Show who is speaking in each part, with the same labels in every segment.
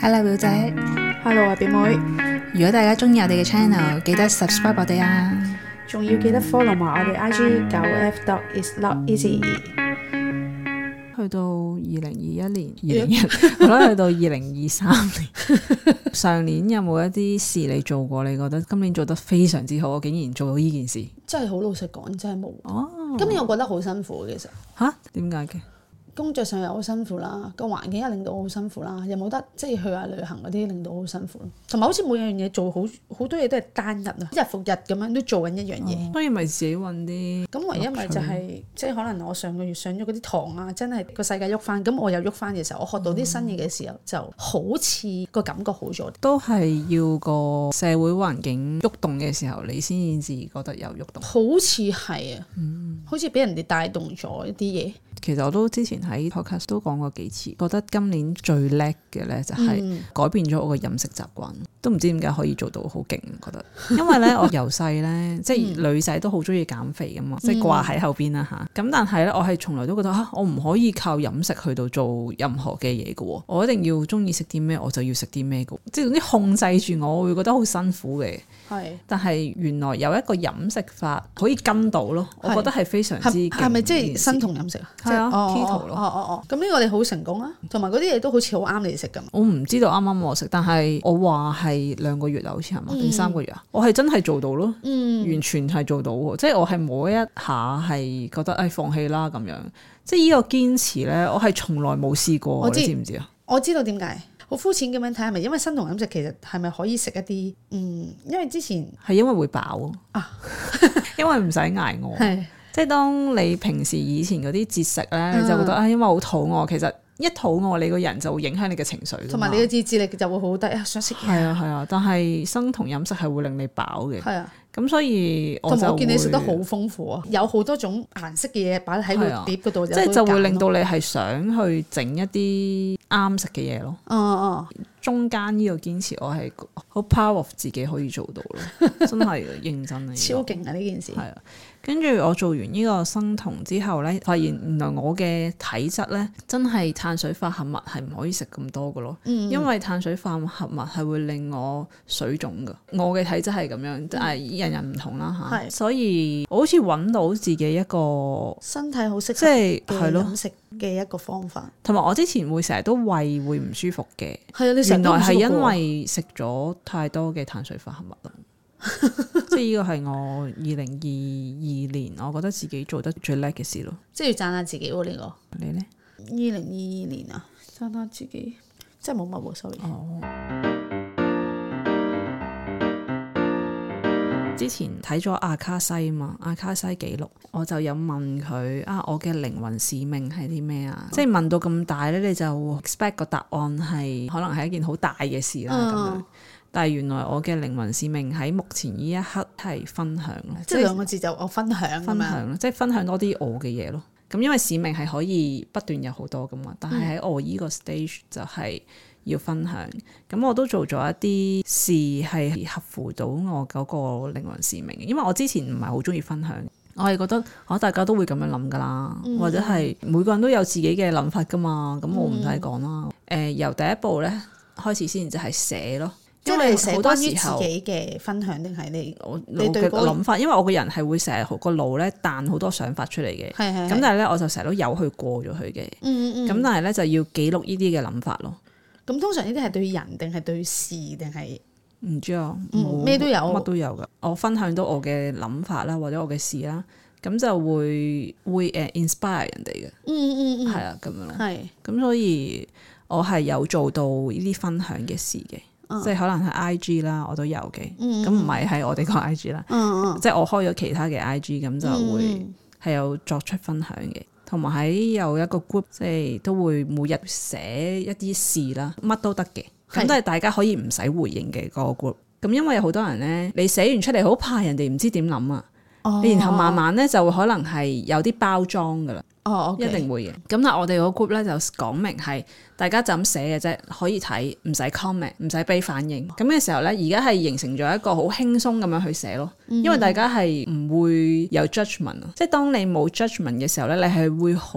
Speaker 1: Hello 表姐，
Speaker 2: Hello 啊，表妹，
Speaker 1: 如果大家中意我哋嘅 channel，記得 subscribe 我哋啊！
Speaker 2: 仲要記得 follow 埋我哋 IG 九 F dot is not easy。
Speaker 3: 去到二零二一年，二零一，我覺得去到二零二三年。 上年有冇一啲事你做過？你覺得今年做得非常之好，我竟然做到呢件事。
Speaker 4: 真係好老實講，真係冇。
Speaker 3: 哦，
Speaker 4: 今年我覺得好辛苦，其實
Speaker 3: 吓點解嘅？
Speaker 4: 工作上又好辛苦啦，個環境又令到我好辛苦啦，又冇得即係去下旅行嗰啲，令到我好辛苦咯。同埋好似每樣嘢做好好多嘢都係單日啊，日復日咁樣都做緊一樣嘢。
Speaker 2: 哦
Speaker 3: 所以咪自己揾啲
Speaker 4: 咁唯一咪就係、即係可能我上個月上咗嗰啲堂啊，真係個世界喐翻，咁我又喐翻嘅時候，我學到啲新嘢嘅時候，就好似個感覺好咗。
Speaker 3: 都係要個社會環境喐動嘅時候，你先至覺得有喐動。
Speaker 4: 好似係啊，
Speaker 3: 嗯
Speaker 4: 好似俾人哋帶動咗一啲嘢。
Speaker 3: 其實我都之前喺 podcast 都講過幾次，覺得今年最叻嘅呢就係
Speaker 4: 嗯
Speaker 3: 改變咗我嘅飲食習慣，都唔知點解可以做到好勁，覺 得。因為呢，我由細呢，即
Speaker 4: 嗯
Speaker 3: 係女仔都好中意減肥噶嘛，即係掛喺後邊啦啊吓。咁但係呢，我係從來都覺得嚇、啊我唔可以靠飲食去到做任何嘅嘢嘅喎，我一定要中意食啲咩，我就要食啲咩嘅喎，即係總之控制住我，我會覺得好辛苦嘅。
Speaker 4: 係
Speaker 3: 但係原來有一個飲食法可以跟到咯，我
Speaker 4: 係
Speaker 3: 覺得係非常之勁
Speaker 4: 係係咪即
Speaker 3: 嘅一件
Speaker 4: 係
Speaker 3: 事
Speaker 4: 生酮飲食啊？
Speaker 3: 係啊
Speaker 4: 即係哦
Speaker 3: keto 咯
Speaker 4: 哦哦哦，咁呢個你好成功啊，同埋嗰啲嘢都好似好啱你食咁。
Speaker 3: 我唔知道啱啱我食，但係我話係兩個月啊，好似係嘛，
Speaker 4: 嗯
Speaker 3: 定三個月啊？我係真係做到咯，完全係做到喎，即係我係冇一下係覺得誒、哎放棄啦咁樣，即係呢個堅持咧，我係從來冇試過，
Speaker 4: 我知
Speaker 3: 你知唔知啊？
Speaker 4: 我知道點解。好膚淺咁樣睇係咪？因為生酮飲食其實係咪可以食一啲嗯？因為之前
Speaker 3: 係因為會飽啊， 因為唔使捱餓。
Speaker 4: 係
Speaker 3: 即係當你平時以前嗰啲節食咧，
Speaker 4: 嗯
Speaker 3: 你就覺得啊，因為好肚餓，其實一肚餓你個人就會影響你嘅情緒㗎嘛，
Speaker 4: 同埋你嘅自制力就會好低啊，想食嘢
Speaker 3: 係啊係啊，但係生酮飲食係會令你飽嘅，
Speaker 4: 係啊，
Speaker 3: 咁所以我
Speaker 4: 同埋
Speaker 3: 就
Speaker 4: 我見你食得
Speaker 3: 會
Speaker 4: 好豐富啊，有好多種顏色嘅嘢擺喺
Speaker 3: 係啊
Speaker 4: 個碟嗰度，
Speaker 3: 即係就
Speaker 4: 會
Speaker 3: 會令到你係想去整一啲啱食嘅嘢咯。
Speaker 4: 嗯嗯
Speaker 3: 中間呢個堅持，我係好 proud of 自己可以做到 咯，真係嘅認真嚟。
Speaker 4: 超勁啊呢件事
Speaker 3: 係啊！跟住我做完呢個生酮之後呢，發現原來我嘅體質呢，真係碳水化合物係唔可以食咁多嘅咯，
Speaker 4: 嗯
Speaker 3: 因為碳水化合物係會令我水腫噶。我嘅體質係咁樣，但係人人唔同啦嚇，
Speaker 4: 嗯係
Speaker 3: 所以我好似揾到自己一個
Speaker 4: 身體好適
Speaker 3: 即
Speaker 4: 合
Speaker 3: 係係
Speaker 4: 嘅
Speaker 3: 咯。
Speaker 4: 飲食嘅一個方法。
Speaker 3: 同埋我之前會成日都胃會唔舒服嘅，
Speaker 4: 係啊，你成
Speaker 3: 原
Speaker 4: 日都
Speaker 3: 來
Speaker 4: 唔舒
Speaker 3: 係
Speaker 4: 服嘅
Speaker 3: 因
Speaker 4: 喎
Speaker 3: 為食咗太多嘅碳水化合物 啦。即係呢個係我二零二二年，我覺得自己做得最叻嘅事咯。
Speaker 4: 即係要讚下自己喎呢個。
Speaker 3: 你呢？
Speaker 4: 二零二二年啊，讚下自己，真係冇乜喎，sorry。
Speaker 3: 哦之前睇咗阿卡西嘛，阿卡西記錄，我就有問佢啊，我嘅靈魂使命係啲咩啊？
Speaker 4: 嗯
Speaker 3: 即係問到咁大咧，你就 expect 個答案係可能係一件好大嘅事
Speaker 4: 嗯
Speaker 3: 啦咁樣。但係原來我嘅靈魂使命喺目前呢一刻係分享咯，
Speaker 4: 即係兩個字就我分享咁
Speaker 3: 分
Speaker 4: 樣，
Speaker 3: 享咯，即係分享多啲我嘅嘢咯。咁因為使命係可以不斷有好多噶嘛，但係喺我依個 stage 就係要分享。咁我都做咗一啲事係合乎到我嗰個靈魂使命嘅，因為我之前唔係好中意分享。嗯我係覺得，啊、大家都會咁樣諗噶啦，或者係每個人都有自己嘅諗法噶嘛，咁我唔使講啦。誒、由第一步咧開始先，就係寫咯，
Speaker 4: 即
Speaker 3: 因
Speaker 4: 係
Speaker 3: 為
Speaker 4: 你寫
Speaker 3: 好多
Speaker 4: 關於
Speaker 3: 時
Speaker 4: 自
Speaker 3: 候哦
Speaker 4: 己嘅分享定係你
Speaker 3: 我我
Speaker 4: 你對
Speaker 3: 嘅
Speaker 4: 嗰個
Speaker 3: 諗法，因為我個人係會成日個腦咧彈好多想法出嚟嘅，
Speaker 4: 係係
Speaker 3: 咁但係咧我就成日都有去過咗佢嘅，咁、
Speaker 4: 嗯嗯
Speaker 3: 但係咧就要記錄呢啲嘅諗法咯。
Speaker 4: 嗯，咁通常呢啲係對人定係對事定係
Speaker 3: 唔知啊，
Speaker 4: 嗯
Speaker 3: 冇
Speaker 4: 咩都有
Speaker 3: 乜都有噶。我分享到我嘅諗法啦，或者我嘅事啦，咁就會會誒 inspire 人哋嘅，
Speaker 4: 嗯嗯
Speaker 3: 係啊咁樣咯。
Speaker 4: 係
Speaker 3: 咁所以我係有做到呢啲分享嘅事嘅，
Speaker 4: 嗯
Speaker 3: 即係可能係 I G 啦，我都有嘅。咁唔係喺我哋個
Speaker 4: 嗯
Speaker 3: I G 啦，即係我開咗其他嘅 I G，咁就會係有作出分享嘅。同埋喺有一個 group，即係都會每日寫一啲事啦，乜都得嘅。咁
Speaker 4: 係
Speaker 3: 都係大家可以唔使回應嘅嗰個 group。咁因為有好多人咧，你寫完出嚟好怕人哋唔知點諗啊，
Speaker 4: 哦
Speaker 3: 然後慢慢咧就會可能係有啲包裝噶啦。
Speaker 4: 哦
Speaker 3: 一定會嘅。咁但係我哋個 group 咧就講明係大家就咁寫嘅啫，可以睇，唔使 comment，唔使俾反
Speaker 4: 哦
Speaker 3: 應。咁嘅時候咧，而家係形成咗一個好輕鬆咁樣去寫咯，
Speaker 4: 嗯
Speaker 3: 因為大家係唔會有 judgment 啊。即係當你冇 judgment 嘅時候咧，你係會好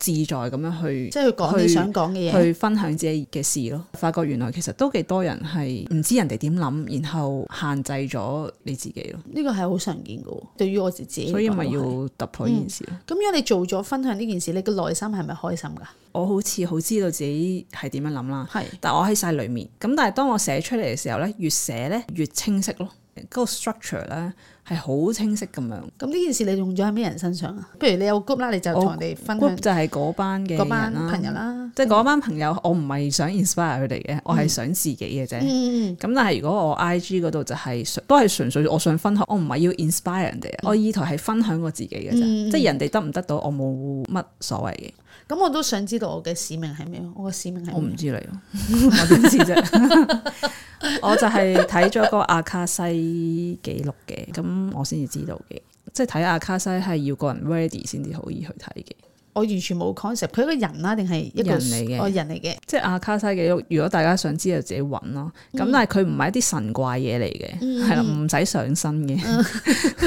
Speaker 3: 自在咁樣去
Speaker 4: 即係佢講你
Speaker 3: 去
Speaker 4: 想講嘅嘢。
Speaker 3: 去分享自己嘅事咯。發覺原來其實都幾多人係唔知人哋點諗，然後限制咗你自己咯。
Speaker 4: 呢個係好常見嘅喎，對於我自己嚟講
Speaker 3: 所以咪要
Speaker 4: 係
Speaker 3: 突破呢件事咯。
Speaker 4: 咁樣你做咗分享呢件事，你個內心係咪開心㗎？
Speaker 3: 我好似好知道自己係點樣諗啦，
Speaker 4: 係
Speaker 3: 但我喺晒裡面。咁但係當我寫出嚟嘅時候咧，越寫咧越清晰咯。嗰、個 structure 咧係好清晰咁樣。
Speaker 4: 咁呢件事你用咗喺咩人身上啊？不如你有 group 啦，你就同人哋分
Speaker 3: group
Speaker 4: 享
Speaker 3: 就係嗰班嘅
Speaker 4: 嗰班
Speaker 3: 人啦
Speaker 4: 朋友啦。
Speaker 3: 即係嗰班朋友，我唔係想 inspire 佢哋嘅，
Speaker 4: 嗯
Speaker 3: 我係想自己嘅啫。咁、但係如果我 IG 嗰度就係、都係純粹我想分享，我唔係要 inspire 人哋
Speaker 4: 嗯
Speaker 3: 啊，我意圖係分享我自己嘅啫。即係人哋得唔得到，我冇乜所謂嘅，
Speaker 4: 咁我都想知道我嘅使命係咩？我嘅使命係
Speaker 3: 我唔
Speaker 4: 咩？
Speaker 3: 知你咯， 我點知啫？ 我就係睇咗個阿卡西記錄嘅，咁我先至知道嘅。即係睇阿卡西係要個人 ready 先至可以去睇嘅。
Speaker 4: 我完全冇 concept。佢一個人啦，定係一個
Speaker 3: 人嚟嘅
Speaker 4: 哦人嚟嘅。
Speaker 3: 即係阿卡西記錄，如果大家想知道自己揾咯，
Speaker 4: 嗯
Speaker 3: 咁、但係佢唔係一啲神怪嘢嚟嘅，係啦、唔使上身嘅。咁、
Speaker 4: 嗯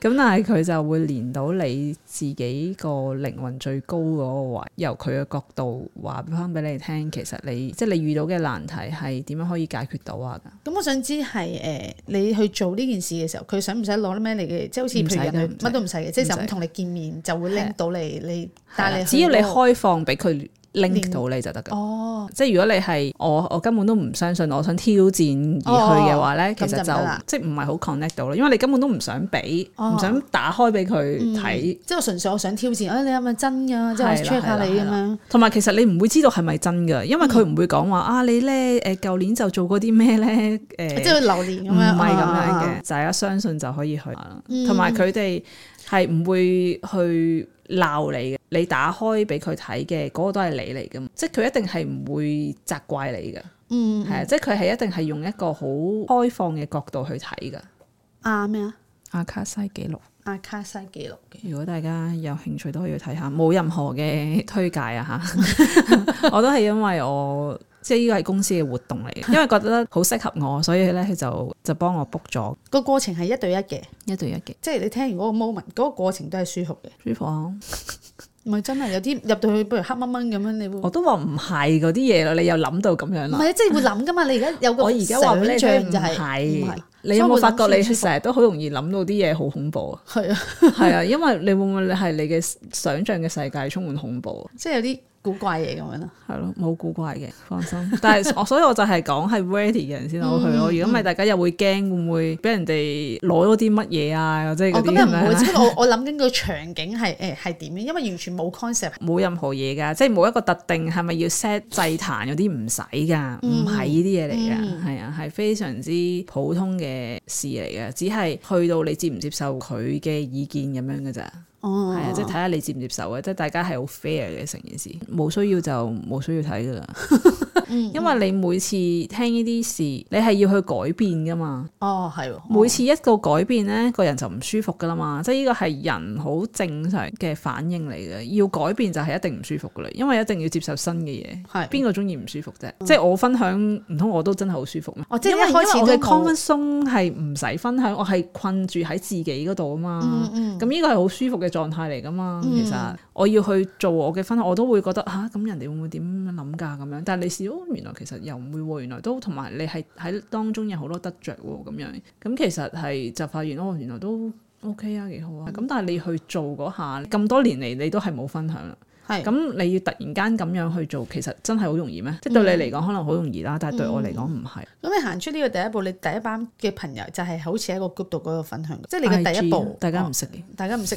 Speaker 3: 但係佢就會連到你自己個靈魂最高嗰個位，由佢嘅角度話翻俾你聽，其實你即係你遇到嘅難題係點樣可以解決到啊？
Speaker 4: 咁我想知係誒、呃你去做呢件事嘅時候，佢想唔使攞啲咩嚟嘅？即係好似
Speaker 3: 唔使
Speaker 4: 譬如人
Speaker 3: 㗎唔
Speaker 4: 哋
Speaker 3: 使
Speaker 4: 乜都唔使嘅，即係就
Speaker 3: 唔使啊
Speaker 4: 咁同你見面就會拎到你，你
Speaker 3: 係
Speaker 4: 帶
Speaker 3: 啦
Speaker 4: 你
Speaker 3: 只要你
Speaker 4: 去嗰個
Speaker 3: 開放俾佢 link
Speaker 4: 連
Speaker 3: 到你就得㗎。
Speaker 4: 哦，
Speaker 3: 即係如果你係我，我根本都唔相信我想挑戰而去嘅話咧，
Speaker 4: 哦
Speaker 3: 其實
Speaker 4: 咁就唔得啦
Speaker 3: 就即係唔係好 connect 到咯，因為你根本都唔想俾，唔、
Speaker 4: 哦嗯
Speaker 3: 想打開俾佢睇，
Speaker 4: 即係我純粹我想挑戰，啊你係咪真㗎？即係我
Speaker 3: 係啦
Speaker 4: check
Speaker 3: 係
Speaker 4: 下
Speaker 3: 啦
Speaker 4: 你咁
Speaker 3: 係啦
Speaker 4: 樣。
Speaker 3: 同埋其實你唔會知道係咪真嘅，因為佢唔會講話
Speaker 4: 嗯
Speaker 3: 啊你咧誒舊年就做過啲咩咧誒，
Speaker 4: 即係榴蓮咁
Speaker 3: 唔係
Speaker 4: 樣，
Speaker 3: 咁樣
Speaker 4: 啊嗯
Speaker 3: 嘅，大家相信就可以去啦。同埋佢哋係唔會去鬧你嘅，你打開俾佢睇嘅嗰個都係你嚟嘅，即係佢一定係唔會責怪你嘅。嗯，係啊，即係佢係一定係用一個好開放嘅角度去睇嘅。
Speaker 4: 啊咩啊？
Speaker 3: 阿卡西記錄，
Speaker 4: 阿卡西記錄嘅，
Speaker 3: 如果大家有興趣都可以去睇下，冇任何嘅推介啊 嚇。 我都係因為我即係呢個係公司嘅活動嚟嘅，因為覺得好適合我，所以咧佢就就幫我 book 咗
Speaker 4: 個過程係一對一嘅，
Speaker 3: 一對一嘅。
Speaker 4: 即係你聽完嗰個 moment，嗰個過程都係舒服嘅。
Speaker 3: 舒服啊！
Speaker 4: 唔係真係有啲入到去，不如黑掹掹咁樣，你會
Speaker 3: 我都話唔係嗰啲嘢啦，你又諗到咁樣
Speaker 4: 唔
Speaker 3: 啦。
Speaker 4: 係啊即係會諗噶嘛？你而家有個
Speaker 3: 我而家話俾你
Speaker 4: 想
Speaker 3: 聽
Speaker 4: 像
Speaker 3: 唔
Speaker 4: 就係唔
Speaker 3: 係
Speaker 4: 係，
Speaker 3: 你有
Speaker 4: 所以
Speaker 3: 冇
Speaker 4: 會
Speaker 3: 發覺
Speaker 4: 諗
Speaker 3: 你
Speaker 4: 舒服
Speaker 3: 成日都好容易諗到啲嘢好恐怖啊？
Speaker 4: 係啊，
Speaker 3: 係啊，因為你會唔會你係你嘅想像嘅世界充滿恐怖啊？
Speaker 4: 即係有啲古怪嘢咁樣啦。
Speaker 3: 係咯，冇古怪嘅，放心。 但係我所以我就係講係 ready 嘅人先好去
Speaker 4: 嗯
Speaker 3: 咯。如果唔係，大家又會驚會唔會俾人哋攞咗啲乜嘢啊？或者係
Speaker 4: 哦，
Speaker 3: 嗰
Speaker 4: 咁
Speaker 3: 啲咁
Speaker 4: 又唔會，
Speaker 3: 樣
Speaker 4: 即
Speaker 3: 啊。
Speaker 4: 係我我諗緊個場景係誒係點嘅，因為完全冇 concept。
Speaker 3: 冇任何嘢㗎，即係冇一個特定係咪要 set 祭壇嗰啲唔使㗎，唔係呢啲嘢嚟㗎，係啊，係非常之普通嘅事嚟嘅，只係去到你接唔接受佢嘅意見咁樣㗎咋，係
Speaker 4: 哦，
Speaker 3: 啊，即係睇下你接唔接受嘅，即係大家係好 fair 嘅成件事，冇需要就冇需要睇㗎啦，因為你每次聽呢啲事，你係要去改變㗎嘛。
Speaker 4: 哦係喎，
Speaker 3: 每次一個改變呢個人就唔舒服噶啦嘛，即係呢個係人好正常嘅反應嚟嘅。要改變就係一定唔舒服噶啦，因為一定要接受新嘅嘢。
Speaker 4: 係
Speaker 3: 邊個中意唔舒服啫？即係我分享，唔通我都真係好舒服咩？
Speaker 4: 哦即係
Speaker 3: 因為
Speaker 4: 一開始
Speaker 3: 因為我嘅嗯
Speaker 4: 都
Speaker 3: common
Speaker 4: 冇
Speaker 3: zone 係唔使分享，我係困住喺自己嗰度啊嘛。咁呢個係好舒服嘅狀態嚟噶嘛。其實我要去做我嘅分享，我都會覺得吓，咁、人哋會唔會點諗㗎咁樣？但係你試，哦原來其實又唔會喎，原來都同埋你係喺當中有好多得着喎咁樣。咁其實係就發現哦，原來都 OK 啊，幾好啊。咁但係你去做嗰下，咁多年嚟你都係冇分享啦。
Speaker 4: 係
Speaker 3: 咁你要突然間咁樣去做，其實真係好容易咩？即係對你嚟講可能好容易啦，但係對我嚟講唔係。
Speaker 4: 咁你行出呢個第一步，你第一班嘅朋友就係好似喺個 group 度嗰度分享，即係你嘅第
Speaker 3: IG
Speaker 4: 一步，
Speaker 3: 啊大家唔
Speaker 4: 哦
Speaker 3: 識嘅，
Speaker 4: 大家唔識，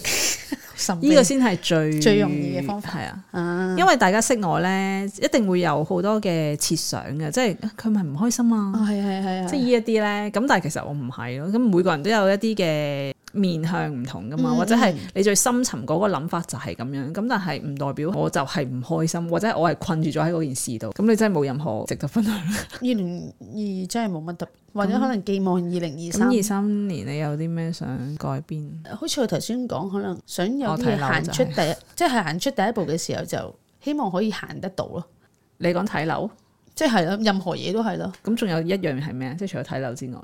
Speaker 4: 神 秘
Speaker 3: 呢個先係最
Speaker 4: 最容易嘅方法
Speaker 3: 係啊，
Speaker 4: 啊
Speaker 3: 因為大家識我咧，一定會有好多嘅設想嘅，即係啊佢咪唔開心啊，
Speaker 4: 啊係係係啊，
Speaker 3: 即係呢一啲咧。咁但係其實我唔係咯，咁每個人都有一啲嘅面向唔同噶
Speaker 4: 嗯
Speaker 3: 嘛，或者係你最深層嗰個諗法就係咁樣。咁但係唔代表我就係唔開心，或者我係困住咗喺嗰件事度。咁你真係冇任何值得分享。
Speaker 4: 二零二真係冇乜特別，或者可能寄望二零二
Speaker 3: 咁二
Speaker 4: 三。
Speaker 3: 三年你有啲咩想改變？
Speaker 4: 好似我頭先講，可能想有啲
Speaker 3: 我睇
Speaker 4: 嘢
Speaker 3: 樓
Speaker 4: 行
Speaker 3: 就
Speaker 4: 出
Speaker 3: 係
Speaker 4: 第一，即係行出第一步嘅時候，就希望可以行得到咯。
Speaker 3: 你講睇樓，
Speaker 4: 即係咯，任何嘢都係咯，
Speaker 3: 咁仲有一樣係咩？即係除咗睇樓之外，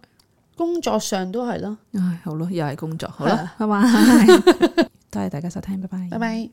Speaker 4: 工作上都係咯。
Speaker 3: 唉，好咯，又係工作，好
Speaker 4: 係
Speaker 3: 啦
Speaker 4: 啊，
Speaker 3: 拜拜，多謝大家收聽，拜拜
Speaker 4: 拜拜。